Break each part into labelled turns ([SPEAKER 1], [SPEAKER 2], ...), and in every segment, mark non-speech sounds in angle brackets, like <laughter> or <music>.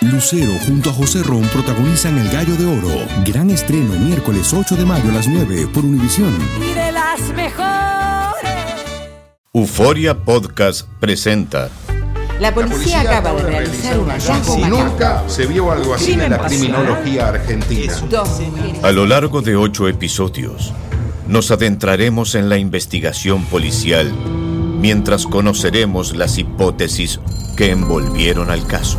[SPEAKER 1] Lucero junto a José Ron protagonizan El Gallo de Oro. Gran estreno miércoles 8 de mayo a las 9 por Univisión.
[SPEAKER 2] Y de las mejores.
[SPEAKER 3] Euforia Podcast presenta.
[SPEAKER 4] La policía, acaba de realizar un hallazgo
[SPEAKER 5] Si
[SPEAKER 4] macabro.
[SPEAKER 5] nunca se vio algo así
[SPEAKER 4] Crimen
[SPEAKER 5] en la
[SPEAKER 4] pasional.
[SPEAKER 5] criminología argentina.
[SPEAKER 4] Dos mujeres.
[SPEAKER 3] A lo largo de ocho episodios, nos adentraremos en la investigación policial mientras conoceremos las hipótesis que envolvieron al caso.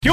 [SPEAKER 6] ¿Qué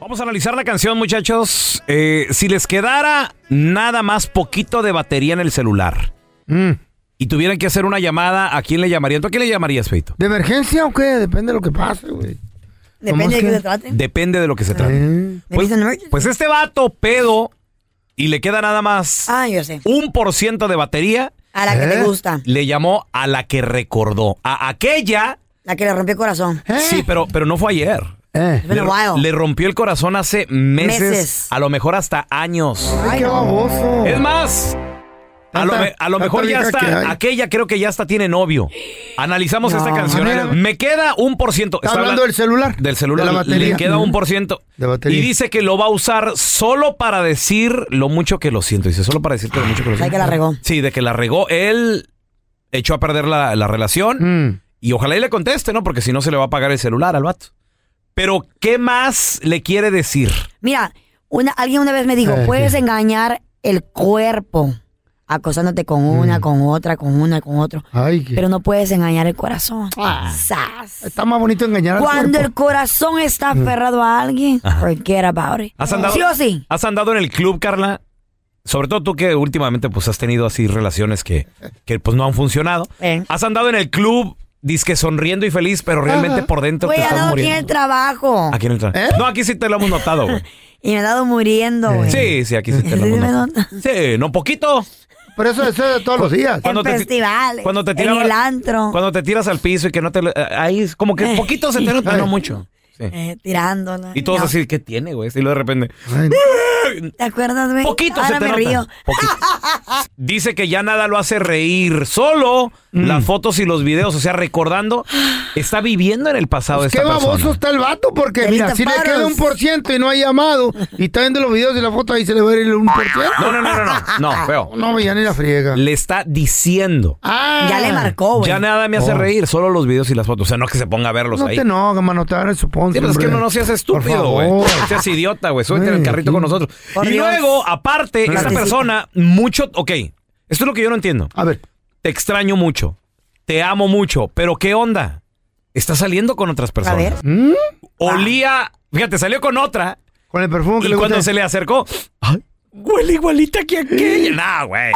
[SPEAKER 6] Vamos a analizar la canción, muchachos. Eh, si les quedara nada más poquito de batería en el celular y tuvieran que hacer una llamada, ¿a quién le llamarían? ¿Tú a quién le llamarías, Feito?
[SPEAKER 7] ¿De emergencia o qué? Depende de lo que pase, güey.
[SPEAKER 8] Depende de qué se trate.
[SPEAKER 6] Depende de lo que se
[SPEAKER 7] Eh.
[SPEAKER 6] trate. Pues,
[SPEAKER 8] Maybe it's an emergency.
[SPEAKER 6] pues este vato pedo y le queda nada más
[SPEAKER 8] Ah, yo sé.
[SPEAKER 6] un por ciento de batería.
[SPEAKER 8] A la que
[SPEAKER 7] ¿Eh?
[SPEAKER 8] te gusta.
[SPEAKER 6] le llamó a la que recordó. A aquella.
[SPEAKER 8] La que le rompió el corazón.
[SPEAKER 7] ¿Eh?
[SPEAKER 6] Sí, pero, pero no fue ayer.
[SPEAKER 7] Eh.
[SPEAKER 8] It's been a while.
[SPEAKER 6] Le rompió el corazón hace meses,
[SPEAKER 8] Meses.
[SPEAKER 6] a lo mejor hasta años.
[SPEAKER 7] Ay, qué baboso.
[SPEAKER 6] Es más, a lo,
[SPEAKER 7] Tanta-
[SPEAKER 6] me- a lo
[SPEAKER 7] tanta
[SPEAKER 6] mejor ya
[SPEAKER 7] vieja que hay.
[SPEAKER 6] está, aquella creo que ya hasta tiene novio. Analizamos
[SPEAKER 7] No,
[SPEAKER 6] esta canción.
[SPEAKER 7] a ver.
[SPEAKER 6] Me queda un por ciento.
[SPEAKER 7] Está hablando del celular.
[SPEAKER 6] Del celular.
[SPEAKER 7] De la
[SPEAKER 6] Le
[SPEAKER 7] batería.
[SPEAKER 6] queda un por ciento.
[SPEAKER 7] De batería.
[SPEAKER 6] Y dice que lo va a usar solo para decir lo mucho que lo siento. Dice, solo para decirte lo mucho que lo
[SPEAKER 8] Ay,
[SPEAKER 6] siento.
[SPEAKER 8] que la regó.
[SPEAKER 6] Sí, de que la regó. Él echó a perder la, la relación.
[SPEAKER 7] Mm.
[SPEAKER 6] Y ojalá y le conteste, ¿no? Porque si no se le va a pagar el celular al vato. Pero, ¿qué más le quiere decir?
[SPEAKER 8] Mira, una, alguien una vez me dijo,
[SPEAKER 7] Eh,
[SPEAKER 8] puedes
[SPEAKER 7] sí.
[SPEAKER 8] engañar el cuerpo acosándote con una, con otra, con una, con otro.
[SPEAKER 7] Ay, qué-
[SPEAKER 8] Pero no puedes engañar el corazón.
[SPEAKER 7] Ah.
[SPEAKER 8] Sas.
[SPEAKER 7] Está más bonito engañar al
[SPEAKER 8] Cuando el
[SPEAKER 7] cuerpo.
[SPEAKER 8] corazón está aferrado a alguien, forget about it.
[SPEAKER 6] Mm. ¿Has andado,
[SPEAKER 8] Sí o sí.
[SPEAKER 6] ¿Has andado en el club, Carla? Sobre todo tú que últimamente pues has tenido así relaciones que, que pues no han funcionado.
[SPEAKER 8] Eh.
[SPEAKER 6] ¿Has andado en el club, disque sonriendo y feliz, pero realmente por dentro
[SPEAKER 8] Güey,
[SPEAKER 6] te
[SPEAKER 8] ha
[SPEAKER 6] estás
[SPEAKER 8] dado aquí en
[SPEAKER 6] muriendo?
[SPEAKER 8] el trabajo.
[SPEAKER 6] Aquí en el tra-
[SPEAKER 7] ¿Eh?
[SPEAKER 6] No, aquí sí te lo hemos notado, güey.
[SPEAKER 8] Y me ha dado muriendo, güey.
[SPEAKER 6] Sí, sí,
[SPEAKER 8] <laughs>
[SPEAKER 6] aquí sí te
[SPEAKER 8] Sí,
[SPEAKER 6] lo hemos
[SPEAKER 8] me
[SPEAKER 6] notado.
[SPEAKER 8] nota.
[SPEAKER 6] Sí, no poquito.
[SPEAKER 7] Pero eso, eso es de todos los días.
[SPEAKER 6] Cuando te-
[SPEAKER 8] festivales,
[SPEAKER 6] cuando te
[SPEAKER 8] en
[SPEAKER 6] tiraba-
[SPEAKER 8] el antro.
[SPEAKER 6] Cuando te tiras al piso y que no te... lo- eh, Ahí es como
[SPEAKER 8] <laughs>
[SPEAKER 6] que poquito se te nota, no mucho. Sí.
[SPEAKER 8] Eh, tirándola.
[SPEAKER 6] Y todos
[SPEAKER 8] No,
[SPEAKER 6] así, ¿qué tiene, güey? Y luego de repente...
[SPEAKER 7] Ay,
[SPEAKER 8] ¿Te acuerdas, güey?
[SPEAKER 6] Poquito
[SPEAKER 8] Ahora
[SPEAKER 6] se te
[SPEAKER 8] me
[SPEAKER 6] nota.
[SPEAKER 8] río. <laughs>
[SPEAKER 6] Poquito. Dice que ya nada lo hace reír, solo
[SPEAKER 7] Mm.
[SPEAKER 6] las fotos y los videos, o sea, recordando, está viviendo en el pasado de
[SPEAKER 7] Pues Qué
[SPEAKER 6] esta
[SPEAKER 7] baboso
[SPEAKER 6] persona.
[SPEAKER 7] está el vato, porque
[SPEAKER 8] Delito
[SPEAKER 7] mira, si le
[SPEAKER 8] paros.
[SPEAKER 7] queda un por ciento y no ha llamado, y está viendo los videos y la foto ahí se le va a ir el un por
[SPEAKER 6] No,
[SPEAKER 7] ciento.
[SPEAKER 6] no, no, no, no,
[SPEAKER 8] <laughs>
[SPEAKER 6] no, feo.
[SPEAKER 7] No, ya ni la friega.
[SPEAKER 6] Le está diciendo,
[SPEAKER 7] Ah.
[SPEAKER 8] Ya le marcó, güey.
[SPEAKER 6] ya nada me hace
[SPEAKER 7] Oh.
[SPEAKER 6] reír, solo los videos y las fotos, o sea, no que se ponga a verlos
[SPEAKER 7] No
[SPEAKER 6] Pues ahí.
[SPEAKER 7] te no, mano, te agarra el supongo.
[SPEAKER 6] Sí, pero es que no, no seas estúpido, güey. No seas idiota, güey. Súbete en el
[SPEAKER 7] Güey,
[SPEAKER 6] carrito
[SPEAKER 7] sí.
[SPEAKER 6] con nosotros.
[SPEAKER 8] Por
[SPEAKER 6] y
[SPEAKER 8] Dios.
[SPEAKER 6] luego, aparte, esta
[SPEAKER 8] Platicita.
[SPEAKER 6] persona, mucho. Ok, esto es lo que yo no entiendo.
[SPEAKER 7] A ver,
[SPEAKER 6] Te extraño mucho. Te amo mucho. Pero ¿qué onda? Está saliendo con otras
[SPEAKER 8] A ver. Mm.
[SPEAKER 6] personas. Olía. Fíjate, salió con otra.
[SPEAKER 7] con el perfume que
[SPEAKER 6] Y
[SPEAKER 7] le
[SPEAKER 6] cuando
[SPEAKER 7] gusta.
[SPEAKER 6] se le acercó. "Ay, Huele igualita que
[SPEAKER 7] <laughs>
[SPEAKER 6] aquella. Nah, Mm. güey.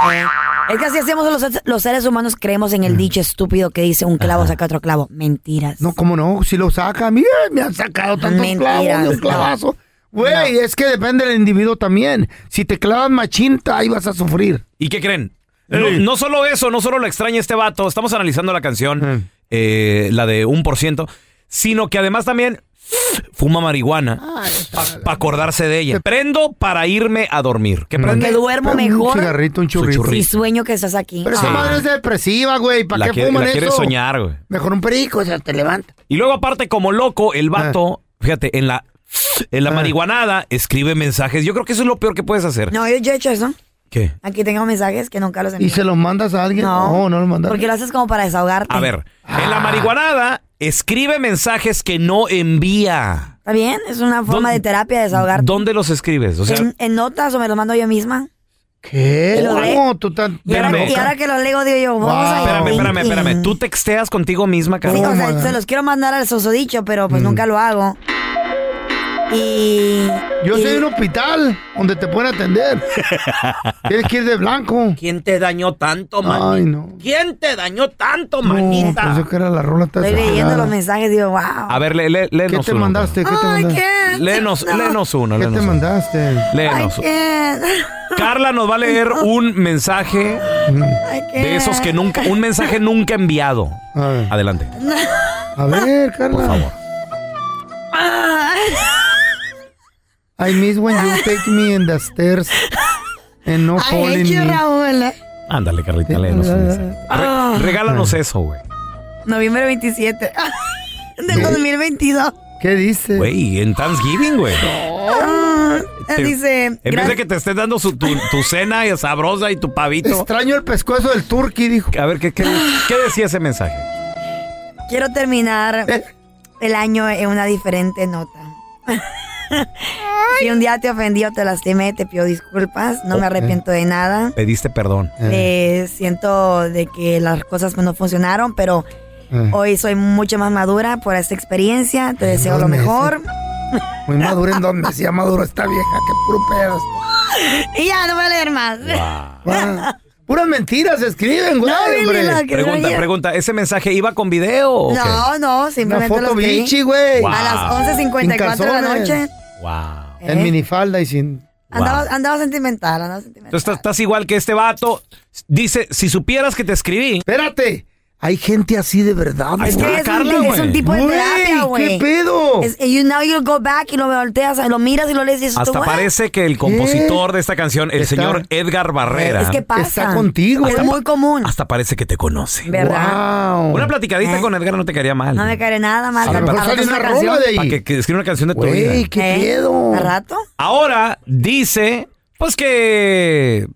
[SPEAKER 8] Es que así hacemos los, los seres humanos, creemos en el dicho estúpido que dice un clavo saca otro clavo. Mentiras.
[SPEAKER 7] No, cómo no, si lo saca, mira, me han sacado tantos
[SPEAKER 8] Mentiras,
[SPEAKER 7] clavos de un
[SPEAKER 8] no.
[SPEAKER 7] clavazo. Güey, es que depende del individuo también. Si te clavas machinta, ahí vas a sufrir.
[SPEAKER 6] ¿Y qué creen? No, no solo eso, no solo lo extraña este vato, estamos analizando la canción, eh, la de un por ciento, sino que además también fuma marihuana para acordarse de ella. Prendo para irme a dormir. ¿Qué prende?
[SPEAKER 8] Porque duermo mejor.
[SPEAKER 7] Un cigarrito, un churrito.
[SPEAKER 8] Y sueño que estás aquí.
[SPEAKER 7] Pero esa
[SPEAKER 8] Ah.
[SPEAKER 7] madre es depresiva, güey. ¿Para
[SPEAKER 6] La
[SPEAKER 7] qué
[SPEAKER 6] quiere-
[SPEAKER 7] fuman
[SPEAKER 6] la quiere
[SPEAKER 7] eso?
[SPEAKER 6] soñar, güey.
[SPEAKER 7] Mejor un perico, o sea, te levanta.
[SPEAKER 6] Y luego aparte como loco, el
[SPEAKER 7] Ah.
[SPEAKER 6] vato, fíjate, en la en la marihuanada escribe mensajes. Yo creo que eso es lo peor que puedes hacer.
[SPEAKER 8] No, yo, yo he hecho eso.
[SPEAKER 6] ¿Qué?
[SPEAKER 8] Aquí tengo mensajes que nunca los
[SPEAKER 7] ¿Y
[SPEAKER 8] envío.
[SPEAKER 7] se los mandas a alguien? Oh,
[SPEAKER 8] No.
[SPEAKER 6] Oh,
[SPEAKER 7] no, los mandas.
[SPEAKER 8] Porque lo haces como para desahogarte.
[SPEAKER 6] A ver, en
[SPEAKER 7] Ah.
[SPEAKER 6] la marihuanada escribe mensajes que no envía.
[SPEAKER 8] ¿Está bien? Es una forma
[SPEAKER 6] ¿Dónde-
[SPEAKER 8] de terapia de desahogarte.
[SPEAKER 6] ¿Dónde los escribes? O sea,
[SPEAKER 8] en, en notas o me los mando yo misma.
[SPEAKER 7] ¿Qué?
[SPEAKER 8] Y lo ve.
[SPEAKER 7] ¿Cómo? Tú tan...
[SPEAKER 8] Y ahora,
[SPEAKER 6] Espérame.
[SPEAKER 8] y ahora que los leo, digo yo, vamos a
[SPEAKER 6] espérame, espérame,
[SPEAKER 8] thinking.
[SPEAKER 6] espérame. ¿Tú texteas contigo misma,
[SPEAKER 8] Sí,
[SPEAKER 6] Carlos?
[SPEAKER 8] o
[SPEAKER 7] Oh, my
[SPEAKER 8] sea,
[SPEAKER 7] God.
[SPEAKER 8] se los quiero mandar al sosodicho, pero pues nunca lo hago. Y.
[SPEAKER 7] Yo
[SPEAKER 8] y-
[SPEAKER 7] soy un hospital donde te
[SPEAKER 8] <laughs>
[SPEAKER 7] pueden atender. Tienes que ir de blanco.
[SPEAKER 6] ¿Quién te dañó tanto,
[SPEAKER 7] Ay, no.
[SPEAKER 6] ¿Quién te dañó tanto,
[SPEAKER 7] Ah. No, pues pensé que era la rola tan
[SPEAKER 8] Estoy leyendo los
[SPEAKER 7] exagerada.
[SPEAKER 8] mensajes, digo, wow.
[SPEAKER 6] A ver, lé- lé-
[SPEAKER 7] ¿Qué
[SPEAKER 6] léenos
[SPEAKER 7] te
[SPEAKER 6] uno.
[SPEAKER 7] mandaste? ¿Qué te
[SPEAKER 8] I
[SPEAKER 7] mandaste?
[SPEAKER 8] can't.
[SPEAKER 6] Léenos,
[SPEAKER 8] No,
[SPEAKER 6] léenos uno,
[SPEAKER 7] ¿Qué
[SPEAKER 6] léenos
[SPEAKER 7] te
[SPEAKER 6] uno.
[SPEAKER 7] mandaste?
[SPEAKER 8] I
[SPEAKER 6] Léenos.
[SPEAKER 8] can't.
[SPEAKER 6] Carla nos va a leer un mensaje
[SPEAKER 8] I
[SPEAKER 6] de esos que
[SPEAKER 8] can't.
[SPEAKER 6] nunca, un mensaje nunca enviado.
[SPEAKER 7] A ver,
[SPEAKER 6] Adelante,
[SPEAKER 8] Ah.
[SPEAKER 7] a ver, Carla.
[SPEAKER 6] por favor.
[SPEAKER 7] I miss when
[SPEAKER 8] Ah.
[SPEAKER 7] you take me in the stairs and no
[SPEAKER 8] I hate
[SPEAKER 7] calling
[SPEAKER 8] you,
[SPEAKER 7] me.
[SPEAKER 8] Raúl. ¿eh?
[SPEAKER 6] Ándale, Carlita, léenos un mensaje.
[SPEAKER 7] Ah.
[SPEAKER 6] Re- regálanos eso, güey.
[SPEAKER 8] Noviembre 27 <laughs> del 2022.
[SPEAKER 7] ¿Qué dice?
[SPEAKER 6] Güey, en Thanksgiving, güey. Te-
[SPEAKER 8] Dice.
[SPEAKER 6] En vez
[SPEAKER 8] "Gra-
[SPEAKER 6] de que te estés dando su- tu, tu cena y sabrosa y tu pavito.
[SPEAKER 7] Extraño el pescuezo del turqui, dijo.
[SPEAKER 6] A ver, ¿qué, qué, qué decía ese mensaje?
[SPEAKER 8] Quiero
[SPEAKER 7] <laughs>
[SPEAKER 8] terminar el año en una diferente nota. si un día te ofendí o te lastimé, te pido disculpas. No me arrepiento de nada.
[SPEAKER 6] Pediste perdón.
[SPEAKER 8] Eh, siento de que las cosas pues no funcionaron, pero
[SPEAKER 7] Eh.
[SPEAKER 8] hoy soy mucho más madura por esta experiencia. Te deseo
[SPEAKER 7] dos
[SPEAKER 8] lo
[SPEAKER 7] meses.
[SPEAKER 8] mejor.
[SPEAKER 7] Muy maduro en donde decía maduro esta vieja, qué puro pedo.
[SPEAKER 8] Y ya, no voy a leer más. <laughs>
[SPEAKER 7] Ah, puras mentiras escriben, güey,
[SPEAKER 8] No, Billy,
[SPEAKER 7] hombre.
[SPEAKER 8] no, que
[SPEAKER 6] Pregunta,
[SPEAKER 8] no,
[SPEAKER 6] pregunta, ¿ese mensaje iba con video o
[SPEAKER 8] No, no,
[SPEAKER 7] Una
[SPEAKER 8] simplemente
[SPEAKER 7] foto
[SPEAKER 8] lo escribí.
[SPEAKER 7] bichi, güey.
[SPEAKER 6] Wow.
[SPEAKER 8] A las
[SPEAKER 7] Sin
[SPEAKER 8] 11.54 de la
[SPEAKER 7] calzones.
[SPEAKER 8] noche.
[SPEAKER 6] qué? Wow.
[SPEAKER 8] Eh,
[SPEAKER 7] En minifalda y sin...
[SPEAKER 8] andaba,
[SPEAKER 6] Wow.
[SPEAKER 8] andaba sentimental, andaba
[SPEAKER 6] Tú
[SPEAKER 8] sentimental.
[SPEAKER 6] estás, estás igual que este vato. Dice, si supieras que te escribí.
[SPEAKER 7] Espérate, hay gente así de verdad.
[SPEAKER 6] Ahí
[SPEAKER 8] Es
[SPEAKER 6] está
[SPEAKER 8] que es,
[SPEAKER 6] Carla,
[SPEAKER 8] un, es
[SPEAKER 6] güey.
[SPEAKER 8] un tipo de
[SPEAKER 7] Güey,
[SPEAKER 8] pues, terapia, güey.
[SPEAKER 7] ¿qué pedo?
[SPEAKER 8] Es- y you, now you go back y lo volteas, lo miras y lo lees y dices,
[SPEAKER 6] Hasta
[SPEAKER 8] "What?"
[SPEAKER 6] parece que el compositor de esta canción, el
[SPEAKER 7] Está-
[SPEAKER 6] señor Edgar Barrera,
[SPEAKER 8] Es que pasa.
[SPEAKER 7] Está contigo, ¿eh?
[SPEAKER 8] Es
[SPEAKER 7] hasta-
[SPEAKER 8] muy común.
[SPEAKER 6] hasta parece que te conoce.
[SPEAKER 8] ¿Verdad?
[SPEAKER 7] Wow.
[SPEAKER 6] Una platicadita
[SPEAKER 8] ¿Eh?
[SPEAKER 6] con Edgar no te caería mal.
[SPEAKER 8] No me caeré nada mal.
[SPEAKER 7] A lo mejor
[SPEAKER 8] Al rato
[SPEAKER 7] sale
[SPEAKER 8] es
[SPEAKER 7] una
[SPEAKER 8] canción.
[SPEAKER 7] rola de
[SPEAKER 6] Para
[SPEAKER 7] ahí.
[SPEAKER 6] que, que escriba una canción de tu
[SPEAKER 7] Güey,
[SPEAKER 6] vida.
[SPEAKER 7] qué
[SPEAKER 8] ¿Eh?
[SPEAKER 7] pedo.
[SPEAKER 8] ¿A rato?
[SPEAKER 6] Ahora dice, pues que,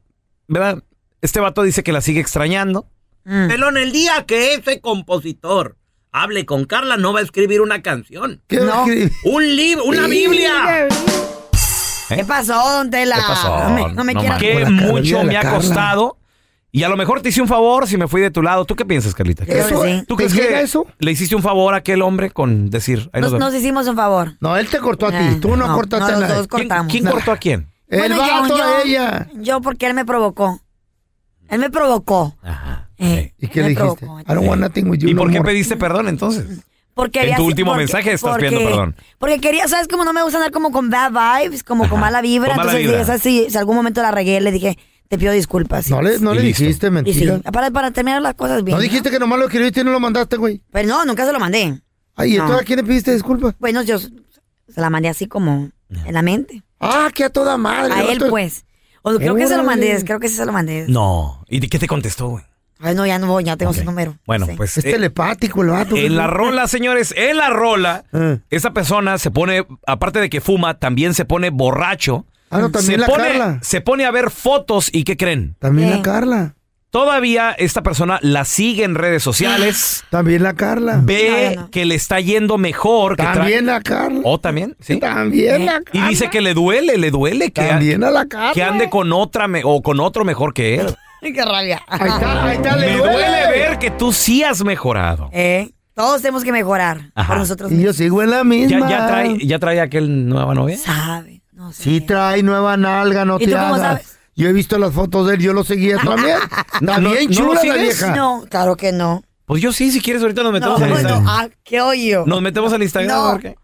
[SPEAKER 6] ¿verdad? Este vato dice que la sigue extrañando.
[SPEAKER 8] Mm.
[SPEAKER 6] Pelón, el día que ese compositor hable con Carla no va a escribir una canción.
[SPEAKER 7] ¿Qué va a escribir?
[SPEAKER 6] Un libro, una Biblia.
[SPEAKER 7] ¿Eh?
[SPEAKER 8] ¿Qué pasó, don Tela?
[SPEAKER 6] ¿Qué pasó?
[SPEAKER 8] No me, no me
[SPEAKER 6] No
[SPEAKER 8] quieras.
[SPEAKER 6] manches. Que
[SPEAKER 7] Como la Carla,
[SPEAKER 6] mucho
[SPEAKER 7] mira la
[SPEAKER 6] me ha
[SPEAKER 7] Carla.
[SPEAKER 6] costado. Y a lo mejor te hice un favor si me fui de tu lado. ¿Tú qué piensas, Carlita?
[SPEAKER 8] Yo creo que sí.
[SPEAKER 6] ¿Tú
[SPEAKER 7] ¿Te
[SPEAKER 6] crees
[SPEAKER 7] llega
[SPEAKER 6] que
[SPEAKER 7] eso?
[SPEAKER 6] le hiciste un favor a aquel hombre con decir? ahí nos
[SPEAKER 8] Nos,
[SPEAKER 6] vemos?
[SPEAKER 8] nos hicimos un favor.
[SPEAKER 7] No, él te cortó a ti,
[SPEAKER 8] Eh,
[SPEAKER 7] tú no, cortaste a
[SPEAKER 8] no, los
[SPEAKER 7] nadie.
[SPEAKER 8] dos
[SPEAKER 6] ¿Quién,
[SPEAKER 8] cortamos.
[SPEAKER 6] quién
[SPEAKER 8] No.
[SPEAKER 6] cortó a quién?
[SPEAKER 7] El
[SPEAKER 8] Bueno, yo-
[SPEAKER 7] vato
[SPEAKER 8] yo-
[SPEAKER 7] a ella.
[SPEAKER 8] Yo porque él me provocó. Él me provocó.
[SPEAKER 6] Ajá.
[SPEAKER 8] Eh,
[SPEAKER 7] ¿Y qué
[SPEAKER 8] me
[SPEAKER 7] le dijiste?
[SPEAKER 8] provocó.
[SPEAKER 7] I don't want nothing with you.
[SPEAKER 6] ¿Y por
[SPEAKER 7] no
[SPEAKER 6] qué
[SPEAKER 7] more.
[SPEAKER 6] pediste perdón entonces?
[SPEAKER 8] Porque
[SPEAKER 6] En
[SPEAKER 8] había
[SPEAKER 6] tu
[SPEAKER 8] si-
[SPEAKER 6] último
[SPEAKER 8] porque-
[SPEAKER 6] mensaje estás pidiendo perdón.
[SPEAKER 8] Porque quería, ¿sabes? Como no me gusta andar como con bad vibes, como con mala vibra.
[SPEAKER 6] con mala
[SPEAKER 8] entonces,
[SPEAKER 6] vibra.
[SPEAKER 8] dije, ¿sabes? Si, si algún momento la regué, le dije, te pido disculpas.
[SPEAKER 7] No le, no
[SPEAKER 6] Y
[SPEAKER 7] le
[SPEAKER 6] listo.
[SPEAKER 7] dijiste
[SPEAKER 8] y sí,
[SPEAKER 7] mentira.
[SPEAKER 8] para, para terminar las cosas bien.
[SPEAKER 7] No dijiste que nomás lo escribiste y no lo mandaste, güey.
[SPEAKER 8] Pero Pues no, nunca se lo mandé.
[SPEAKER 7] Ay, ¿y
[SPEAKER 8] No.
[SPEAKER 7] entonces a quién le pediste disculpas?
[SPEAKER 8] Bueno, yo se la mandé así como en la mente.
[SPEAKER 7] Ah, que a toda madre.
[SPEAKER 8] A él,
[SPEAKER 7] vato.
[SPEAKER 8] pues. O creo que se lo
[SPEAKER 7] Órale.
[SPEAKER 8] mandé, creo que sí se lo mandé.
[SPEAKER 6] No. ¿Y de qué te contestó, güey?
[SPEAKER 8] Ay, no, ya no voy, ya tengo
[SPEAKER 6] Ok.
[SPEAKER 8] su número.
[SPEAKER 6] Bueno,
[SPEAKER 8] Sí.
[SPEAKER 6] pues
[SPEAKER 7] Es
[SPEAKER 6] eh,
[SPEAKER 7] telepático el vato.
[SPEAKER 6] en la rola, señores, en la rola,
[SPEAKER 7] Eh.
[SPEAKER 6] esa persona se pone, aparte de que fuma, también se pone borracho.
[SPEAKER 7] Ah, no, también
[SPEAKER 6] se,
[SPEAKER 7] la
[SPEAKER 6] pone,
[SPEAKER 7] Carla.
[SPEAKER 6] se pone a ver fotos y ¿qué creen?
[SPEAKER 7] También la
[SPEAKER 8] Eh.
[SPEAKER 7] Carla.
[SPEAKER 6] Todavía esta persona la sigue en redes sociales,
[SPEAKER 7] También la Carla.
[SPEAKER 6] ve
[SPEAKER 8] No, no.
[SPEAKER 6] que le está yendo mejor. Que tra-
[SPEAKER 7] Ah. También la Carla.
[SPEAKER 6] ¿O también? ¿Sí?
[SPEAKER 7] También la
[SPEAKER 6] Y
[SPEAKER 7] Carla.
[SPEAKER 6] dice que le duele, le duele que,
[SPEAKER 7] También a la
[SPEAKER 6] que
[SPEAKER 7] Carla.
[SPEAKER 6] ande con otra me- o con otro mejor que él.
[SPEAKER 8] Qué rabia.
[SPEAKER 7] Ahí está, ahí está, le
[SPEAKER 6] Me duele ver que tú sí has mejorado.
[SPEAKER 8] Eh, Todos tenemos que mejorar
[SPEAKER 6] Ajá.
[SPEAKER 8] por nosotros
[SPEAKER 7] Y yo sigo en la
[SPEAKER 6] ¿Ya,
[SPEAKER 7] misma.
[SPEAKER 6] ya, trae, ¿Ya trae aquel nueva novia?
[SPEAKER 8] Sabe, no sé.
[SPEAKER 7] Sí trae nueva nalga, no
[SPEAKER 8] ¿Y
[SPEAKER 7] te
[SPEAKER 8] tú cómo
[SPEAKER 7] hagas.
[SPEAKER 8] sabes?
[SPEAKER 7] Yo he visto las fotos de él, yo
[SPEAKER 8] <laughs>
[SPEAKER 7] lo seguía también. Está
[SPEAKER 6] ¿No-
[SPEAKER 7] bien
[SPEAKER 6] no lo
[SPEAKER 7] chula la
[SPEAKER 6] sigues?
[SPEAKER 7] vieja.
[SPEAKER 8] No, claro que no.
[SPEAKER 6] Pues yo sí, si quieres, ahorita nos
[SPEAKER 8] No,
[SPEAKER 6] metemos al
[SPEAKER 8] bueno,
[SPEAKER 6] Instagram.
[SPEAKER 8] ah, ¿qué oyo?
[SPEAKER 6] Nos metemos al Instagram.
[SPEAKER 8] No.
[SPEAKER 6] a ver qué.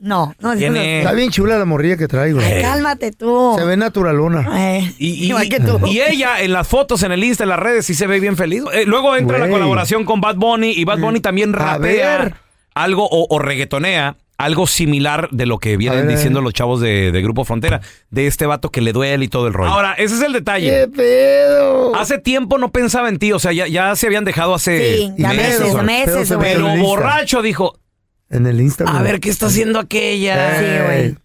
[SPEAKER 8] No, no es
[SPEAKER 6] Tiene-
[SPEAKER 7] Está bien chula la morrilla que traigo.
[SPEAKER 6] Eh.
[SPEAKER 8] Cálmate tú.
[SPEAKER 7] Se ve naturalona.
[SPEAKER 8] Eh,
[SPEAKER 6] Y, y-
[SPEAKER 8] Igual que tú.
[SPEAKER 6] y ella en las fotos, en el Insta, en las redes, sí se ve bien feliz. Eh, luego entra
[SPEAKER 7] Güey. Mm.
[SPEAKER 6] la colaboración con Bad Bunny y Bad Bunny también
[SPEAKER 7] A ver.
[SPEAKER 6] rapea algo o, o reggaetonea algo similar de lo que vienen
[SPEAKER 7] ver.
[SPEAKER 6] diciendo los chavos de, de Grupo Frontera, de este vato que le duele y todo el rollo. Ahora, ese es el detalle.
[SPEAKER 7] ¡Qué pedo!
[SPEAKER 6] Hace tiempo no pensaba en ti, o sea, ya, ya se habían dejado hace
[SPEAKER 8] sí, ya
[SPEAKER 6] meses.
[SPEAKER 8] meses,
[SPEAKER 6] o-
[SPEAKER 7] Pero
[SPEAKER 8] meses,
[SPEAKER 7] se
[SPEAKER 8] güey.
[SPEAKER 7] ve
[SPEAKER 6] Pero
[SPEAKER 7] Lista.
[SPEAKER 6] borracho dijo,
[SPEAKER 7] En el Instagram.
[SPEAKER 6] a ver qué está haciendo aquella.
[SPEAKER 8] Sí, güey.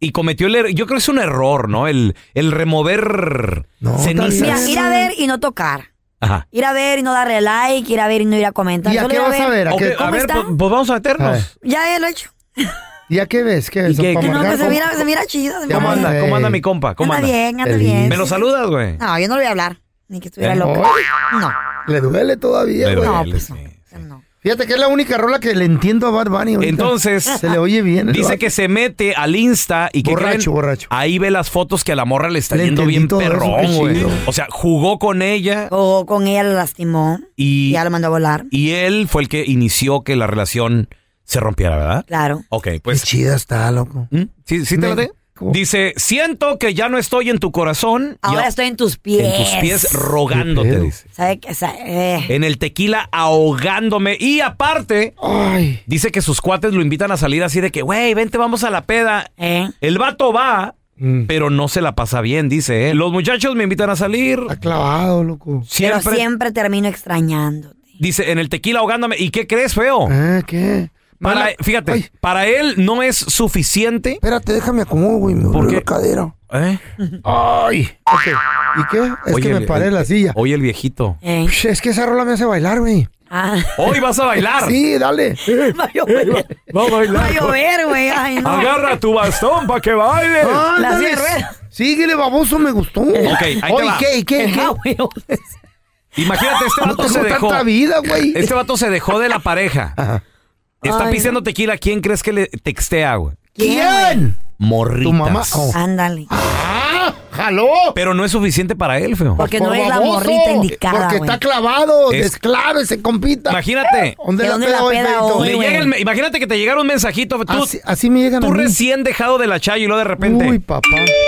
[SPEAKER 6] Y cometió el er- yo creo que es un error, ¿no? El, el remover
[SPEAKER 7] No,
[SPEAKER 8] Mira,
[SPEAKER 6] cenizas.
[SPEAKER 7] también.
[SPEAKER 8] ir a ver y no tocar.
[SPEAKER 6] Ajá.
[SPEAKER 8] Ir a ver y no darle like, ir a ver y no ir a comentar.
[SPEAKER 7] ¿Y a
[SPEAKER 8] Solo
[SPEAKER 7] qué
[SPEAKER 8] ir
[SPEAKER 7] vas a ver? ¿A
[SPEAKER 6] Ok,
[SPEAKER 7] qué,
[SPEAKER 6] a
[SPEAKER 8] ¿Cómo
[SPEAKER 6] ver,
[SPEAKER 8] está?
[SPEAKER 6] pues, pues vamos a meternos.
[SPEAKER 7] A ver.
[SPEAKER 8] Ya él lo he hecho.
[SPEAKER 7] ¿Y a qué ves? ¿Qué ves?
[SPEAKER 6] ¿Y qué-
[SPEAKER 7] ¿Pa
[SPEAKER 6] qué-
[SPEAKER 8] No,
[SPEAKER 7] marcar?
[SPEAKER 8] que se mira, se mira chido. Se mira
[SPEAKER 6] ¿Cómo
[SPEAKER 7] Vamos
[SPEAKER 8] bien.
[SPEAKER 7] a-
[SPEAKER 6] anda? ¿Cómo anda mi compa? ¿Cómo
[SPEAKER 8] Anda
[SPEAKER 6] anda?
[SPEAKER 8] bien, Ah. anda
[SPEAKER 7] Feliz.
[SPEAKER 8] bien.
[SPEAKER 6] ¿Me lo saludas, güey?
[SPEAKER 8] No, yo no le voy a hablar. Ni que estuviera
[SPEAKER 6] Eh,
[SPEAKER 8] loco.
[SPEAKER 7] Ay,
[SPEAKER 8] No,
[SPEAKER 7] Le duele todavía,
[SPEAKER 6] Le
[SPEAKER 7] güey.
[SPEAKER 6] duele.
[SPEAKER 8] no,
[SPEAKER 6] Él
[SPEAKER 8] pues
[SPEAKER 6] sí,
[SPEAKER 8] no.
[SPEAKER 6] sí.
[SPEAKER 8] no.
[SPEAKER 7] Fíjate que es la única rola que le entiendo a Bad Bunny. ahorita.
[SPEAKER 6] Entonces,
[SPEAKER 8] Ah.
[SPEAKER 7] Se le oye bien. el
[SPEAKER 6] dice
[SPEAKER 7] vato.
[SPEAKER 6] que se mete al Insta y que
[SPEAKER 7] Borracho,
[SPEAKER 6] creen-
[SPEAKER 7] borracho.
[SPEAKER 6] ahí ve las fotos que a la morra le está
[SPEAKER 7] Le
[SPEAKER 6] yendo
[SPEAKER 7] entendí
[SPEAKER 6] bien
[SPEAKER 7] todo eso, qué
[SPEAKER 6] perrón, güey.
[SPEAKER 7] chido.
[SPEAKER 6] O sea, jugó con ella
[SPEAKER 8] O con ella lo lastimó.
[SPEAKER 6] y,
[SPEAKER 8] Ya lo mandó a volar.
[SPEAKER 6] y él fue el que inició que la relación se rompiera, ¿verdad?
[SPEAKER 8] Claro.
[SPEAKER 6] Ok,
[SPEAKER 7] Qué
[SPEAKER 6] pues
[SPEAKER 7] chida está, loco.
[SPEAKER 6] ¿Mm? ¿Sí, sí te
[SPEAKER 7] Me-
[SPEAKER 6] la de?
[SPEAKER 7] ¿Cómo?
[SPEAKER 6] Dice, siento que ya no estoy en tu corazón. y
[SPEAKER 8] Ahora
[SPEAKER 6] a-
[SPEAKER 8] estoy en tus pies.
[SPEAKER 6] en tus pies
[SPEAKER 7] Qué
[SPEAKER 6] rogándote,
[SPEAKER 7] pedo.
[SPEAKER 6] dice.
[SPEAKER 8] ¿Sabe qué? Sa- eh,
[SPEAKER 6] En el tequila ahogándome. Y aparte,
[SPEAKER 7] Ay.
[SPEAKER 6] dice que sus cuates lo invitan a salir así de que, güey, vente, vamos a la peda.
[SPEAKER 8] eh.
[SPEAKER 6] El vato va,
[SPEAKER 7] Mm.
[SPEAKER 6] pero no se la pasa bien, dice él. Los muchachos me invitan a salir.
[SPEAKER 7] Está clavado, loco.
[SPEAKER 8] Pero
[SPEAKER 6] Siempre,
[SPEAKER 8] siempre termino extrañándote.
[SPEAKER 6] dice, en el tequila ahogándome. ¿Y qué crees, feo?
[SPEAKER 7] Ah, ¿Qué?
[SPEAKER 6] Para,
[SPEAKER 7] Mala-
[SPEAKER 6] fíjate,
[SPEAKER 7] Ay,
[SPEAKER 6] para él no es suficiente.
[SPEAKER 7] espérate, déjame acomodo, güey. Me
[SPEAKER 6] ¿Por
[SPEAKER 7] duele
[SPEAKER 6] qué?
[SPEAKER 7] la cadera.
[SPEAKER 6] ¿Eh?
[SPEAKER 7] Ay. Ok. ¿Y qué? Es
[SPEAKER 6] Oye,
[SPEAKER 7] que me
[SPEAKER 6] el-
[SPEAKER 7] paré en la silla.
[SPEAKER 6] Oye, el
[SPEAKER 7] <laughs>
[SPEAKER 6] viejito.
[SPEAKER 8] Eh.
[SPEAKER 7] Ush, Es que esa rola me hace bailar, güey.
[SPEAKER 8] Ah, <laughs>
[SPEAKER 6] Hoy vas a bailar.
[SPEAKER 7] Sí, dale.
[SPEAKER 8] va a llover.
[SPEAKER 6] Va a
[SPEAKER 8] Va a
[SPEAKER 6] bailar.
[SPEAKER 8] llover, güey. Ay, no.
[SPEAKER 6] Agarra tu bastón para que baile.
[SPEAKER 8] La
[SPEAKER 7] Ándale.
[SPEAKER 8] silla de ruedas.
[SPEAKER 7] Síguele, baboso, me gustó. Ok,
[SPEAKER 6] ahí te
[SPEAKER 7] Oye,
[SPEAKER 6] va.
[SPEAKER 7] ¿qué? ¿Y qué? ¿Qué?
[SPEAKER 8] Ah, güey,
[SPEAKER 6] Imagínate, este
[SPEAKER 7] No
[SPEAKER 6] vato se
[SPEAKER 7] tengo
[SPEAKER 6] dejó.
[SPEAKER 7] tanta vida, güey.
[SPEAKER 6] Este vato se dejó de la <laughs> pareja.
[SPEAKER 7] Ajá.
[SPEAKER 6] Está
[SPEAKER 8] Ay,
[SPEAKER 6] pisteando tequila. ¿Quién crees que le textea, güey?
[SPEAKER 8] güey?
[SPEAKER 7] ¿Quién?
[SPEAKER 6] Morritas.
[SPEAKER 7] Tu mamá. Oh.
[SPEAKER 8] Ándale.
[SPEAKER 7] ¡Ah! ¡Jaló!
[SPEAKER 6] Pero no es suficiente para él, feo.
[SPEAKER 8] Porque
[SPEAKER 7] Por
[SPEAKER 8] no es la
[SPEAKER 7] baboso,
[SPEAKER 8] morrita indicada,
[SPEAKER 7] Porque
[SPEAKER 8] güey.
[SPEAKER 7] está clavado,
[SPEAKER 6] Es-
[SPEAKER 7] desclave ese compita.
[SPEAKER 6] Imagínate.
[SPEAKER 7] ¿Dónde
[SPEAKER 8] ¿De
[SPEAKER 7] la
[SPEAKER 8] dónde
[SPEAKER 7] peda
[SPEAKER 8] la
[SPEAKER 7] hoy,
[SPEAKER 8] peda
[SPEAKER 7] Feito?
[SPEAKER 8] hoy,
[SPEAKER 6] Le
[SPEAKER 8] güey.
[SPEAKER 6] llega el me- imagínate que te llegara un mensajito. Tú,
[SPEAKER 7] Así, así me llegan
[SPEAKER 6] tú
[SPEAKER 7] a mí.
[SPEAKER 6] recién dejado de la chayo y luego de repente.
[SPEAKER 7] Uy, papá.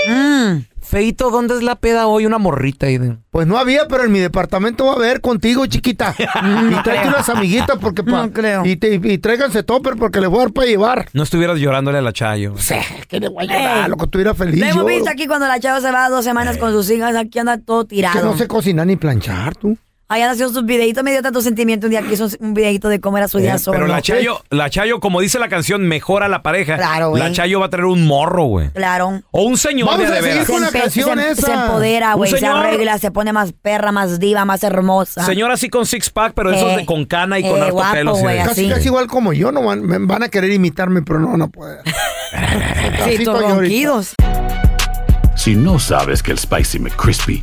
[SPEAKER 8] Mm,
[SPEAKER 6] Feito, ¿dónde es la peda hoy? Una morrita. ahí de-
[SPEAKER 7] Pues no había, pero en mi departamento va a haber contigo,
[SPEAKER 8] <laughs>
[SPEAKER 7] chiquita. y tráete unas amiguitas porque pa-
[SPEAKER 8] No creo.
[SPEAKER 7] Y, te, y tráiganse topper porque les voy a dar para llevar.
[SPEAKER 6] No estuvieras llorándole a la chayo.
[SPEAKER 8] Pues
[SPEAKER 7] Que le voy a ayudar, loco, tú eras feliz.
[SPEAKER 8] La Eh, hemos
[SPEAKER 7] yo,
[SPEAKER 8] visto aquí cuando la chava se va dos
[SPEAKER 6] Eh.
[SPEAKER 8] semanas con sus hijas. Aquí anda todo
[SPEAKER 7] Que
[SPEAKER 8] tirado.
[SPEAKER 7] no sé cocinar ni planchar, tú.
[SPEAKER 8] Ahí han sido sus videitos. Me dio tanto sentimiento un día que hizo un videito de cómo era su día solo.
[SPEAKER 6] Eh, Pero la chayo, la chayo, como dice la canción, mejora la pareja.
[SPEAKER 8] Claro, güey.
[SPEAKER 6] la chayo va a traer un morro, güey.
[SPEAKER 8] Claro.
[SPEAKER 6] O un señor
[SPEAKER 7] Vamos
[SPEAKER 6] de, de
[SPEAKER 7] a seguir
[SPEAKER 6] veras.
[SPEAKER 7] con la
[SPEAKER 8] empe-
[SPEAKER 7] canción
[SPEAKER 8] se- em-
[SPEAKER 7] esa.
[SPEAKER 8] se empodera,
[SPEAKER 6] Un
[SPEAKER 8] güey. Se
[SPEAKER 6] señor.
[SPEAKER 8] arregla, se pone más perra, más diva, más hermosa.
[SPEAKER 6] Señor así con six pack, pero esos
[SPEAKER 8] Eh,
[SPEAKER 6] de con cana y
[SPEAKER 8] eh,
[SPEAKER 6] con harto
[SPEAKER 8] guapo,
[SPEAKER 6] pelo. así de-
[SPEAKER 8] güey,
[SPEAKER 7] Casi,
[SPEAKER 8] así.
[SPEAKER 7] casi igual como yo, no van, me- van a querer imitarme, pero no van a poder. Así
[SPEAKER 8] Sí, tus
[SPEAKER 7] estoy yo ahorita.
[SPEAKER 8] ronquidos.
[SPEAKER 9] Si no sabes que el Spicy McCrispy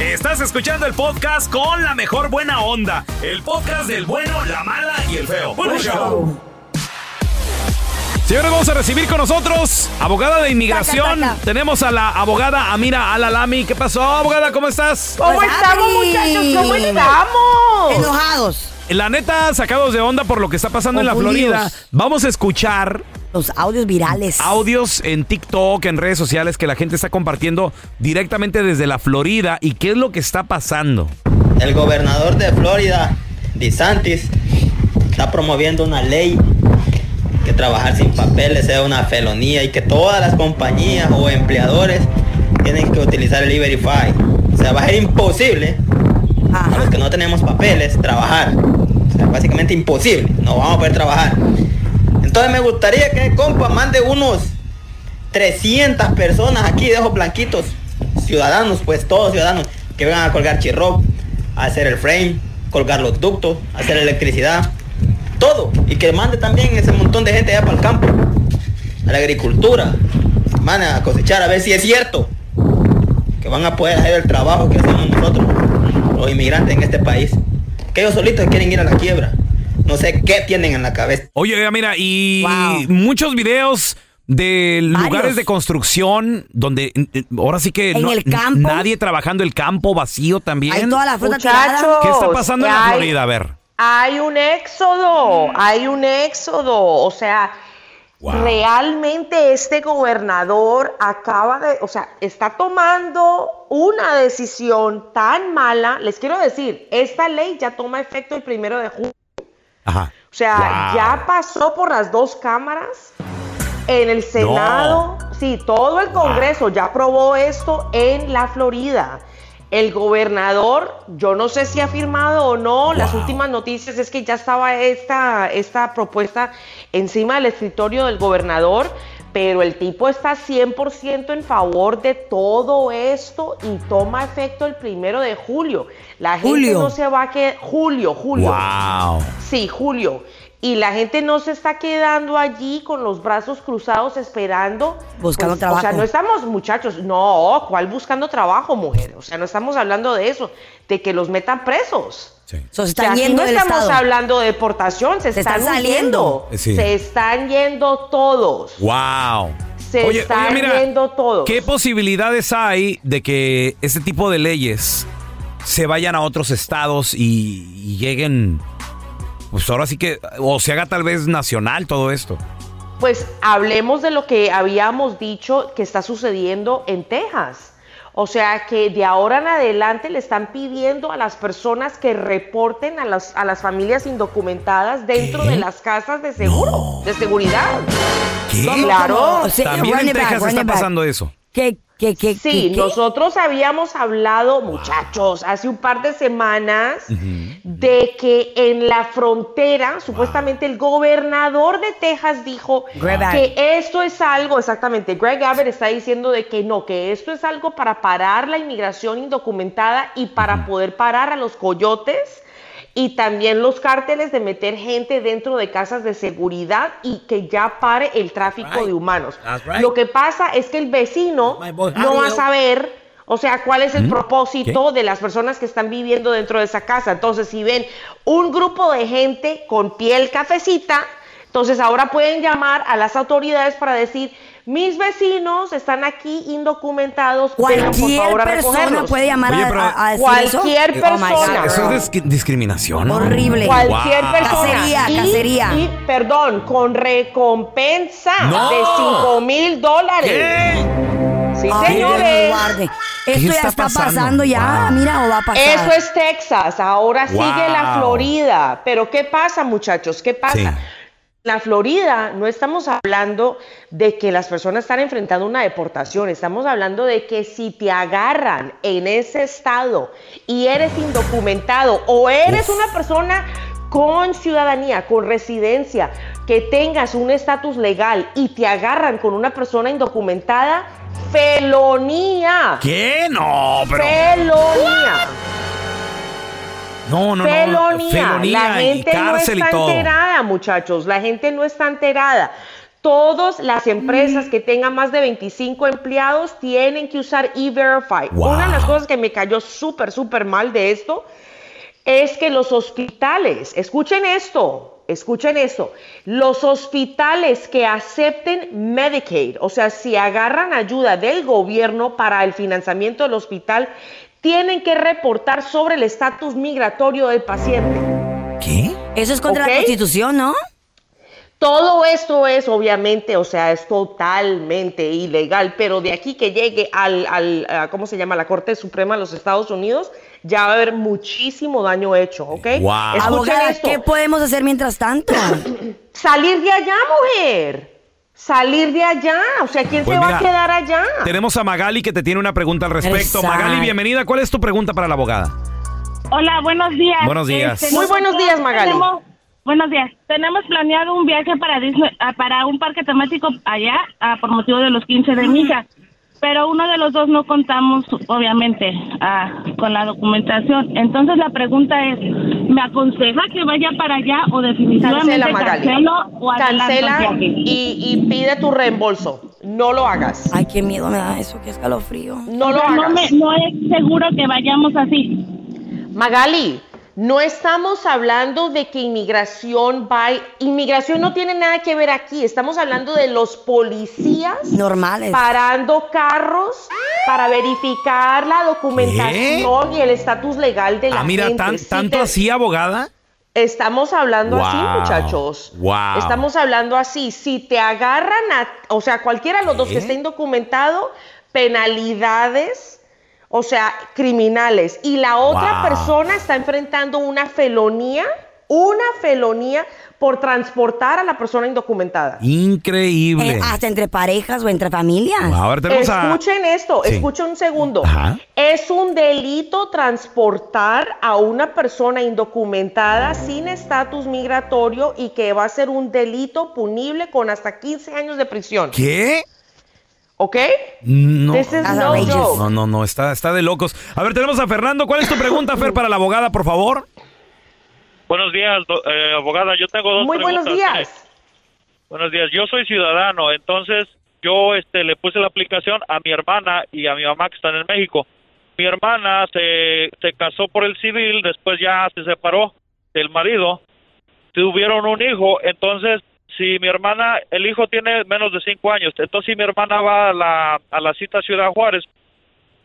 [SPEAKER 6] Estás escuchando el podcast con la mejor buena onda. El podcast del bueno, la mala y el feo. ¡Buen show! Señores, vamos a recibir con nosotros abogada de inmigración.
[SPEAKER 8] Taca, taca.
[SPEAKER 6] Tenemos a la abogada Amira Alalami. ¿Qué pasó, abogada? ¿Cómo estás?
[SPEAKER 2] ¿Cómo
[SPEAKER 8] Pues,
[SPEAKER 2] estamos,
[SPEAKER 8] Adri. Pues,
[SPEAKER 2] muchachos? ¿Cómo
[SPEAKER 6] Oh.
[SPEAKER 2] estamos?
[SPEAKER 8] Enojados.
[SPEAKER 6] La neta, sacados de onda por lo que está pasando en la
[SPEAKER 8] Confundidos.
[SPEAKER 6] Florida. Vamos a escuchar
[SPEAKER 8] los audios virales.
[SPEAKER 6] Audios en TikTok, en redes sociales que la gente está compartiendo directamente desde la Florida. ¿Y qué es lo que está pasando?
[SPEAKER 10] El gobernador de Florida, DeSantis, está promoviendo una ley que trabajar sin papeles sea una felonía y que todas las compañías o empleadores tienen que utilizar el E-Verify. O sea, va a ser imposible
[SPEAKER 8] Ah,
[SPEAKER 10] a los que no tenemos papeles trabajar. O sea, básicamente imposible. No vamos a poder trabajar. Entonces me gustaría que, compa, mande unos 300 personas aquí de ojos blanquitos, ciudadanos, pues todos ciudadanos, que vengan a colgar chirro, a hacer el frame, colgar los ductos, a hacer electricidad, todo. Y que mande también ese montón de gente allá para el campo, a la agricultura, van a cosechar, a ver si es cierto que van a poder hacer el trabajo que hacemos nosotros, los inmigrantes en este país. Que ellos solitos quieren ir a la quiebra. No sé qué tienen en la cabeza.
[SPEAKER 6] Oye, oiga, mira, y muchos videos de lugares de construcción donde eh, ahora sí que
[SPEAKER 8] En el campo.
[SPEAKER 6] nadie trabajando el campo vacío también.
[SPEAKER 8] Hay toda la fruta
[SPEAKER 2] Muchachos,
[SPEAKER 8] tirada.
[SPEAKER 6] ¿Qué está pasando en la
[SPEAKER 2] hay-
[SPEAKER 6] Florida? A ver.
[SPEAKER 2] Hay un éxodo, hay un éxodo. O sea, realmente este gobernador acaba de, o sea, está tomando una decisión tan mala. Les quiero decir, esta ley ya toma efecto el primero de julio.
[SPEAKER 6] Ajá.
[SPEAKER 2] O sea,
[SPEAKER 6] Wow.
[SPEAKER 2] ya pasó por las dos cámaras. En el Senado, sí, todo el Congreso ya aprobó esto en la Florida. El gobernador, yo no sé si ha firmado o no, las últimas noticias es que ya estaba esta, esta propuesta encima del escritorio del gobernador, pero el tipo está 100% en favor de todo esto y toma efecto el primero de julio. La gente
[SPEAKER 6] Julio.
[SPEAKER 2] no se va a quedar... Julio, julio.
[SPEAKER 6] Wow.
[SPEAKER 2] Sí, Julio. Y la gente no se está quedando allí con los brazos cruzados esperando. pues,
[SPEAKER 8] Buscando
[SPEAKER 2] O sea,
[SPEAKER 8] trabajo.
[SPEAKER 2] no estamos, muchachos, no, ¿cuál buscando trabajo, mujer? O sea, no estamos hablando de eso, de que los metan presos.
[SPEAKER 8] So, se
[SPEAKER 2] O sea,
[SPEAKER 8] están
[SPEAKER 2] aquí
[SPEAKER 8] yendo
[SPEAKER 2] no
[SPEAKER 8] del
[SPEAKER 2] estamos
[SPEAKER 8] estado.
[SPEAKER 2] hablando de deportación, se,
[SPEAKER 8] Se
[SPEAKER 2] están,
[SPEAKER 8] están saliendo.
[SPEAKER 2] huyendo.
[SPEAKER 6] Eh, Sí.
[SPEAKER 2] Se están yendo todos.
[SPEAKER 6] Wow.
[SPEAKER 2] Se están yendo todos.
[SPEAKER 6] ¿Qué posibilidades hay de que este tipo de leyes se vayan a otros estados y, y lleguen? Pues ahora sí que. O se haga tal vez nacional todo esto.
[SPEAKER 2] Pues hablemos de lo que habíamos dicho que está sucediendo en Texas. O sea que de ahora en adelante le están pidiendo a las personas que reporten a las, a las familias indocumentadas dentro de las casas de seguro, de seguridad.
[SPEAKER 8] ¿Cómo,
[SPEAKER 2] Claro.
[SPEAKER 8] cómo? O sea,
[SPEAKER 6] También
[SPEAKER 8] run
[SPEAKER 6] en
[SPEAKER 8] it back,
[SPEAKER 6] Texas
[SPEAKER 8] run
[SPEAKER 6] está
[SPEAKER 8] it back.
[SPEAKER 6] pasando eso.
[SPEAKER 8] ¿Qué, qué, qué,
[SPEAKER 2] Sí,
[SPEAKER 8] qué, qué?
[SPEAKER 2] nosotros habíamos hablado, muchachos, hace un par de semanas de que en la frontera, supuestamente el gobernador de Texas dijo
[SPEAKER 8] Greg
[SPEAKER 2] que esto es algo, exactamente, Greg Abbott está diciendo de que no, que esto es algo para parar la inmigración indocumentada y para poder parar a los coyotes y también los cárteles de meter gente dentro de casas de seguridad y que ya pare el tráfico de humanos. Lo que pasa es que el vecino no va a saber, o sea, cuál es el propósito de las personas que están viviendo dentro de esa casa. Entonces, si ven un grupo de gente con piel cafecita, entonces ahora pueden llamar a las autoridades para decir, mis vecinos están aquí indocumentados, vengan por
[SPEAKER 8] Cualquier
[SPEAKER 2] favor a
[SPEAKER 8] persona
[SPEAKER 2] recogerlos".
[SPEAKER 8] puede llamar
[SPEAKER 6] Oye,
[SPEAKER 8] a-
[SPEAKER 6] pero-
[SPEAKER 8] a, a decir eso.
[SPEAKER 2] Cualquier persona.
[SPEAKER 6] Eso es disqui- discriminación.
[SPEAKER 8] Oh, Horrible. Ah,
[SPEAKER 2] Cualquier
[SPEAKER 6] Wow.
[SPEAKER 2] persona.
[SPEAKER 8] Cacería,
[SPEAKER 2] y,
[SPEAKER 8] cacería.
[SPEAKER 2] y, perdón, con recompensa
[SPEAKER 6] ¡No!
[SPEAKER 2] de 5 mil dólares. Sí,
[SPEAKER 8] Ay, Dios
[SPEAKER 2] señores.
[SPEAKER 8] nos guarde. Esto ya
[SPEAKER 6] está
[SPEAKER 8] está pasando,
[SPEAKER 6] pasando?
[SPEAKER 8] ya,
[SPEAKER 6] Wow.
[SPEAKER 8] mira, o va a pasar.
[SPEAKER 2] Eso es Texas, ahora
[SPEAKER 6] Wow.
[SPEAKER 2] sigue la Florida. Pero ¿qué pasa, muchachos? ¿Qué pasa?
[SPEAKER 6] Sí.
[SPEAKER 2] La Florida no estamos hablando de que las personas están enfrentando una deportación, estamos hablando de que si te agarran en ese estado y eres indocumentado o eres una persona con ciudadanía, con residencia, que tengas un estatus legal y te agarran con una persona indocumentada, felonía.
[SPEAKER 6] ¿Qué? No, pero.
[SPEAKER 2] Felonía.
[SPEAKER 6] No, no, no.
[SPEAKER 2] felonía. La
[SPEAKER 6] Felonía y
[SPEAKER 2] gente
[SPEAKER 6] cárcel
[SPEAKER 2] no
[SPEAKER 6] y
[SPEAKER 2] está
[SPEAKER 6] todo.
[SPEAKER 2] enterada, muchachos. La gente no está enterada. Todas las empresas que tengan más de 25 empleados tienen que usar E-Verify.
[SPEAKER 6] Wow.
[SPEAKER 2] Una de las cosas que me cayó súper, súper mal de esto es que los hospitales, escuchen esto, escuchen esto, los hospitales que acepten Medicaid, o sea, si agarran ayuda del gobierno para el financiamiento del hospital, tienen que reportar sobre el estatus migratorio del paciente.
[SPEAKER 6] ¿Qué?
[SPEAKER 8] Eso es contra
[SPEAKER 2] ¿Ok?
[SPEAKER 8] la Constitución, ¿no?
[SPEAKER 2] Todo esto es obviamente, o sea, es totalmente ilegal, pero de aquí que llegue al, al a, ¿cómo se llama? La Corte Suprema de los Estados Unidos, ya va a haber muchísimo daño hecho, ¿ok?
[SPEAKER 8] Wow. Abogada, ¿qué podemos hacer mientras tanto?
[SPEAKER 2] Salir de allá, mujer. Salir de allá. O sea, ¿quién
[SPEAKER 6] Pues
[SPEAKER 2] se va
[SPEAKER 6] mira,
[SPEAKER 2] a quedar allá?
[SPEAKER 6] Tenemos a Magali que te tiene una pregunta al respecto.
[SPEAKER 2] Exacto.
[SPEAKER 6] Magali, bienvenida. ¿Cuál es tu pregunta para la abogada?
[SPEAKER 11] Hola, buenos días.
[SPEAKER 6] Buenos días.
[SPEAKER 2] Muy buenos
[SPEAKER 11] nosotros
[SPEAKER 2] días, Magali.
[SPEAKER 11] tenemos- buenos días. Tenemos planeado un viaje para Disney, ah, para un parque temático allá ah, por motivo de los 15 de mi hija. Pero uno de los dos no contamos, obviamente, ah, con la documentación. Entonces la pregunta es, ¿me aconseja que vaya para allá o definitivamente
[SPEAKER 2] Cancela, Magali.
[SPEAKER 11] cancelo o adelanto el
[SPEAKER 2] Cancela
[SPEAKER 11] viaje?
[SPEAKER 2] y, y pide tu reembolso. No lo hagas.
[SPEAKER 8] Ay, qué miedo me da eso, qué escalofrío.
[SPEAKER 2] No lo
[SPEAKER 11] sea, no
[SPEAKER 2] hagas.
[SPEAKER 11] me- no es seguro que vayamos así.
[SPEAKER 2] Magali, no estamos hablando de que inmigración va. Inmigración no tiene nada que ver aquí. Estamos hablando de los policías.
[SPEAKER 8] Normales.
[SPEAKER 2] Parando carros para verificar la documentación y el estatus legal de la
[SPEAKER 6] Ah, mira,
[SPEAKER 2] gente.
[SPEAKER 6] tan-
[SPEAKER 2] Sí
[SPEAKER 6] ¿tanto
[SPEAKER 2] te-
[SPEAKER 6] así, abogada?
[SPEAKER 2] Estamos hablando así,
[SPEAKER 6] Wow.
[SPEAKER 2] muchachos.
[SPEAKER 6] Wow.
[SPEAKER 2] Estamos hablando así. Si te agarran, a- o sea, cualquiera de los dos
[SPEAKER 6] ¿Eh?
[SPEAKER 2] que esté indocumentado, penalidades, o sea, criminales. Y la
[SPEAKER 12] Wow.
[SPEAKER 2] otra persona está enfrentando una felonía, una felonía por transportar a la persona indocumentada.
[SPEAKER 6] Increíble.
[SPEAKER 8] Eh, hasta entre parejas o entre familias.
[SPEAKER 6] Wow, ahora tenemos a-
[SPEAKER 2] Escuchen esto,
[SPEAKER 6] Sí.
[SPEAKER 2] escuchen un segundo.
[SPEAKER 6] Ajá.
[SPEAKER 2] Es un delito transportar a una persona indocumentada sin estatus migratorio y que va a ser un delito punible con hasta 15 años de prisión.
[SPEAKER 6] ¿Qué?
[SPEAKER 2] ¿Ok?
[SPEAKER 6] No,
[SPEAKER 2] This is no joke.
[SPEAKER 6] no, no, no, está, está de locos. A ver, tenemos a Fernando. ¿Cuál es tu pregunta, Fer, para la abogada, por favor?
[SPEAKER 13] Buenos días, do- eh, abogada. Yo tengo dos
[SPEAKER 2] Muy buenos
[SPEAKER 13] preguntas. eh.
[SPEAKER 2] días.
[SPEAKER 13] Buenos días. Yo soy ciudadano, entonces yo este, le puse la aplicación a mi hermana y a mi mamá que están en México. Mi hermana se, se casó por el civil, después ya se separó del marido, tuvieron un hijo, entonces si mi hermana, el hijo tiene menos de cinco años, entonces si mi hermana va a la, a la cita a Ciudad Juárez,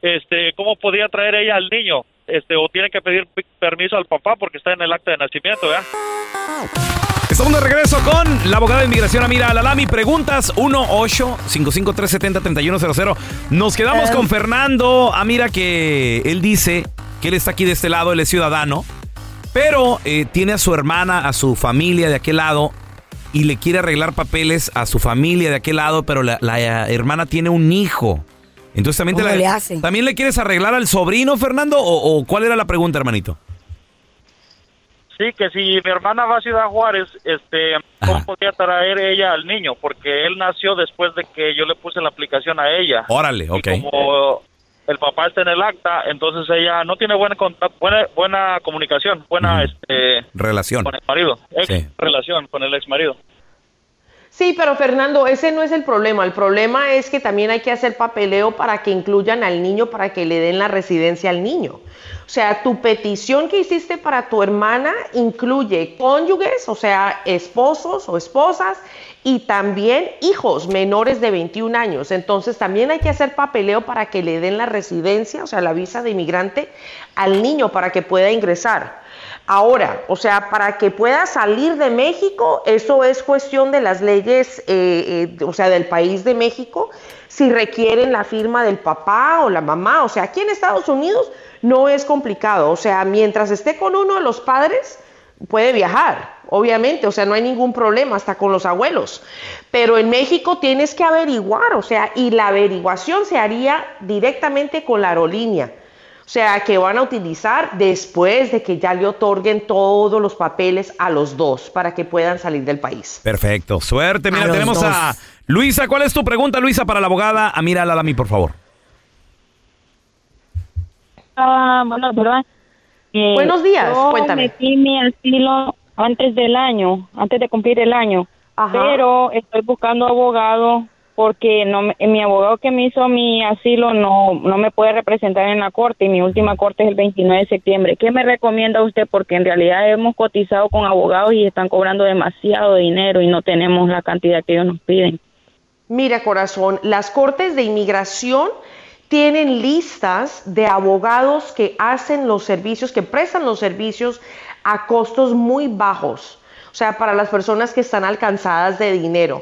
[SPEAKER 13] este, ¿cómo podía traer ella al niño? Este, o tiene que pedir p- permiso al papá Ah, porque está en el acta de nacimiento, ¿verdad?
[SPEAKER 6] Estamos de regreso con la abogada de inmigración Amira Alalami. Preguntas 1-8-55370-3100. Nos quedamos
[SPEAKER 14] Eh.
[SPEAKER 6] con Fernando Amira, que él dice que él está aquí de este lado, él es ciudadano, pero eh, tiene a su hermana, a su familia de aquel lado y le quiere arreglar papeles a su familia de aquel lado, pero la, la, eh, hermana tiene un hijo. Entonces también, te
[SPEAKER 8] ¿Cómo
[SPEAKER 6] la-
[SPEAKER 8] le hace?
[SPEAKER 6] ¿también le quieres arreglar al sobrino, Fernando? ¿O, o cuál era la pregunta, hermanito?
[SPEAKER 13] Sí, que si mi hermana va a Ciudad Juárez, este, ¿cómo podía traer ella al niño? Porque él nació después de que yo le puse la aplicación a ella.
[SPEAKER 6] Órale, ok.
[SPEAKER 13] Como el papá está en el acta, entonces ella no tiene buena conta- buena, buena comunicación, buena este,
[SPEAKER 6] Relación.
[SPEAKER 13] con el marido, ex
[SPEAKER 6] Sí.
[SPEAKER 13] relación con el ex marido.
[SPEAKER 2] Sí, pero Fernando, ese no es el problema. El problema es que también hay que hacer papeleo para que incluyan al niño, para que le den la residencia al niño. O sea, tu petición que hiciste para tu hermana incluye cónyuges, o sea, esposos o esposas, y también hijos menores de 21 años. Entonces, también hay que hacer papeleo para que le den la residencia, o sea, la visa de inmigrante al niño para que pueda ingresar. Ahora, o sea, para que pueda salir de México, eso es cuestión de las leyes, eh, eh, o sea, del país de México, si requieren la firma del papá o la mamá, o sea, aquí en Estados Unidos no es complicado, o sea, mientras esté con uno de los padres, puede viajar, obviamente, o sea, no hay ningún problema, hasta con los abuelos. Pero en México tienes que averiguar, o sea, y la averiguación se haría directamente con la aerolínea. O sea, que van a utilizar después de que ya le otorguen todos los papeles a los dos para que puedan salir del país.
[SPEAKER 6] Perfecto. Suerte. Mira,
[SPEAKER 2] los
[SPEAKER 6] tenemos
[SPEAKER 2] dos.
[SPEAKER 6] a Luisa. ¿Cuál es tu pregunta, Luisa, para la abogada Amira Lalami, por favor?
[SPEAKER 11] Ah, bueno, ¿verdad? Eh,
[SPEAKER 2] Buenos días,
[SPEAKER 11] yo
[SPEAKER 2] cuéntame.
[SPEAKER 11] metí mi asilo antes del año, antes de cumplir el año. Pero estoy buscando abogado porque no me- mi abogado que me hizo mi asilo no no me puede representar en la corte y mi última corte es el 29 de septiembre. ¿Qué me recomienda usted? Porque en realidad hemos cotizado con abogados y están cobrando demasiado dinero y no tenemos la cantidad que ellos nos piden.
[SPEAKER 2] Mira, corazón, las cortes de inmigración tienen listas de abogados que hacen los servicios, que prestan los servicios a costos muy bajos. o sea, para las personas que están alcanzadas de dinero.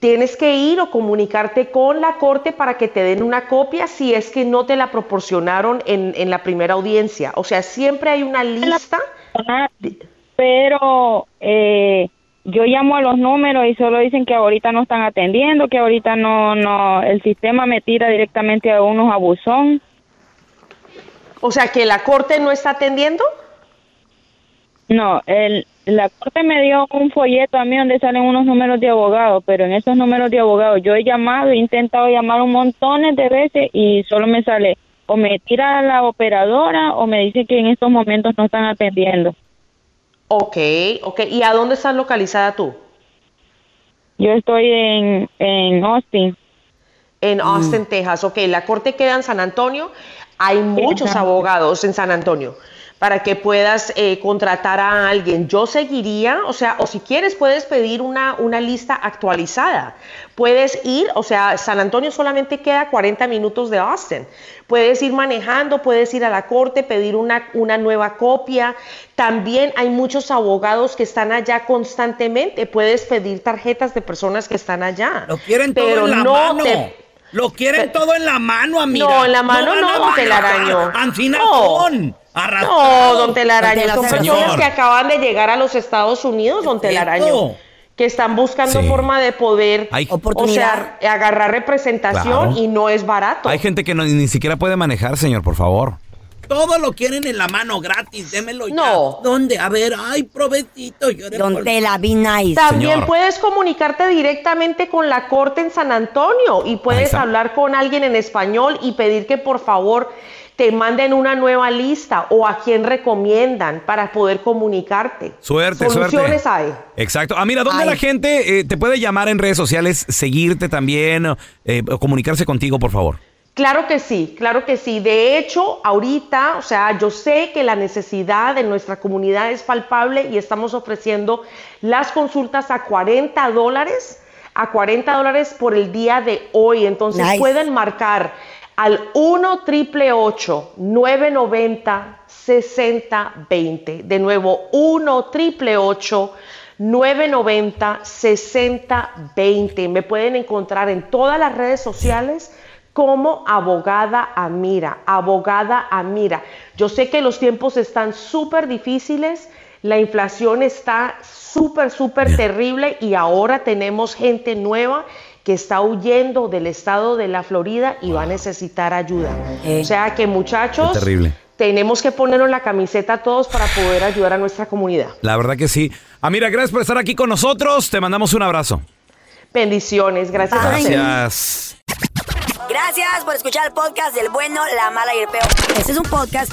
[SPEAKER 2] Tienes que ir o comunicarte con la corte para que te den una copia si es que no te la proporcionaron en, en la primera audiencia. O sea, siempre hay una lista.
[SPEAKER 11] pero eh, yo llamo a los números y solo dicen que ahorita no están atendiendo, que ahorita no, no, el sistema me tira directamente a unos abusón.
[SPEAKER 2] O sea, que la corte no está atendiendo.
[SPEAKER 11] No, el, la corte me dio un folleto a mí donde salen unos números de abogados, pero en esos números de abogados yo he llamado, he intentado llamar un montón de veces y solo me sale o me tira a la operadora o me dice que en estos momentos no están atendiendo.
[SPEAKER 2] Ok, ok. ¿Y a dónde estás localizada tú?
[SPEAKER 11] Yo estoy en, en Austin.
[SPEAKER 12] Mm.
[SPEAKER 2] En Austin, Texas. Ok, la corte queda en San Antonio. Hay muchos
[SPEAKER 11] Exacto.
[SPEAKER 2] abogados en San Antonio para que puedas eh, contratar a alguien. Yo seguiría, o sea, o si quieres puedes pedir una, una lista actualizada. Puedes ir, o sea, San Antonio solamente queda 40 minutos de Austin. Puedes ir manejando, puedes ir a la corte, pedir una, una nueva copia. También hay muchos abogados que están allá constantemente. Puedes pedir tarjetas de personas que están allá. Lo
[SPEAKER 12] quieren todo en la mano. Lo quieren todo en la mano, amiga.
[SPEAKER 2] No, en la mano no, don Telaraño. No. No, don Telaraño, son personas que acaban de llegar a los Estados Unidos, don Telaraño, que están buscando
[SPEAKER 6] Sí.
[SPEAKER 2] forma de poder,
[SPEAKER 6] Hay-
[SPEAKER 2] o sea,
[SPEAKER 6] Oportunidad.
[SPEAKER 2] agarrar representación
[SPEAKER 6] Claro.
[SPEAKER 2] y no es barato.
[SPEAKER 6] Hay gente que no- ni siquiera puede manejar, señor, por favor.
[SPEAKER 12] Todo lo quieren en la mano, gratis, démelo ya. No. ¿Dónde? A ver, ay, provecito. Yo
[SPEAKER 8] Don Tela, be nice.
[SPEAKER 2] También puedes comunicarte directamente con la corte en San Antonio y puedes
[SPEAKER 8] está.
[SPEAKER 2] hablar con alguien en español y pedir que por favor te manden una nueva lista o a quién recomiendan para poder comunicarte.
[SPEAKER 6] Suerte,
[SPEAKER 2] Soluciones
[SPEAKER 6] suerte.
[SPEAKER 2] hay.
[SPEAKER 6] Exacto. Ah, mira, ¿dónde
[SPEAKER 2] Ay.
[SPEAKER 6] la gente eh, te puede llamar en redes sociales, seguirte también, eh, o comunicarse contigo, por favor?
[SPEAKER 2] Claro que sí, claro que sí. De hecho, ahorita, o sea, yo sé que la necesidad de nuestra comunidad es palpable y estamos ofreciendo las consultas a 40 dólares, a 40 dólares por el día de hoy. Entonces
[SPEAKER 8] Nice.
[SPEAKER 2] pueden marcar al 1 triple 990 6020. De nuevo, 1 triple 990-6020. Me pueden encontrar en todas las redes sociales como abogada Amira, abogada Amira. Yo sé que los tiempos están súper difíciles, la inflación está súper, súper terrible y ahora tenemos gente nueva que está huyendo del estado de la Florida y va a necesitar ayuda. O sea que muchachos,
[SPEAKER 6] terrible.
[SPEAKER 2] tenemos que ponernos la camiseta todos para poder ayudar a nuestra comunidad.
[SPEAKER 6] La verdad que sí. Ah, mira, gracias por estar aquí con nosotros. Te mandamos un abrazo.
[SPEAKER 2] Bendiciones, gracias.
[SPEAKER 6] Ah,
[SPEAKER 2] a ustedes.
[SPEAKER 6] Gracias.
[SPEAKER 8] Gracias por escuchar el podcast del bueno, la mala y el peor. Este es un podcast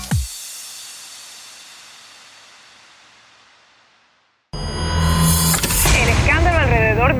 [SPEAKER 14] El escándalo alrededor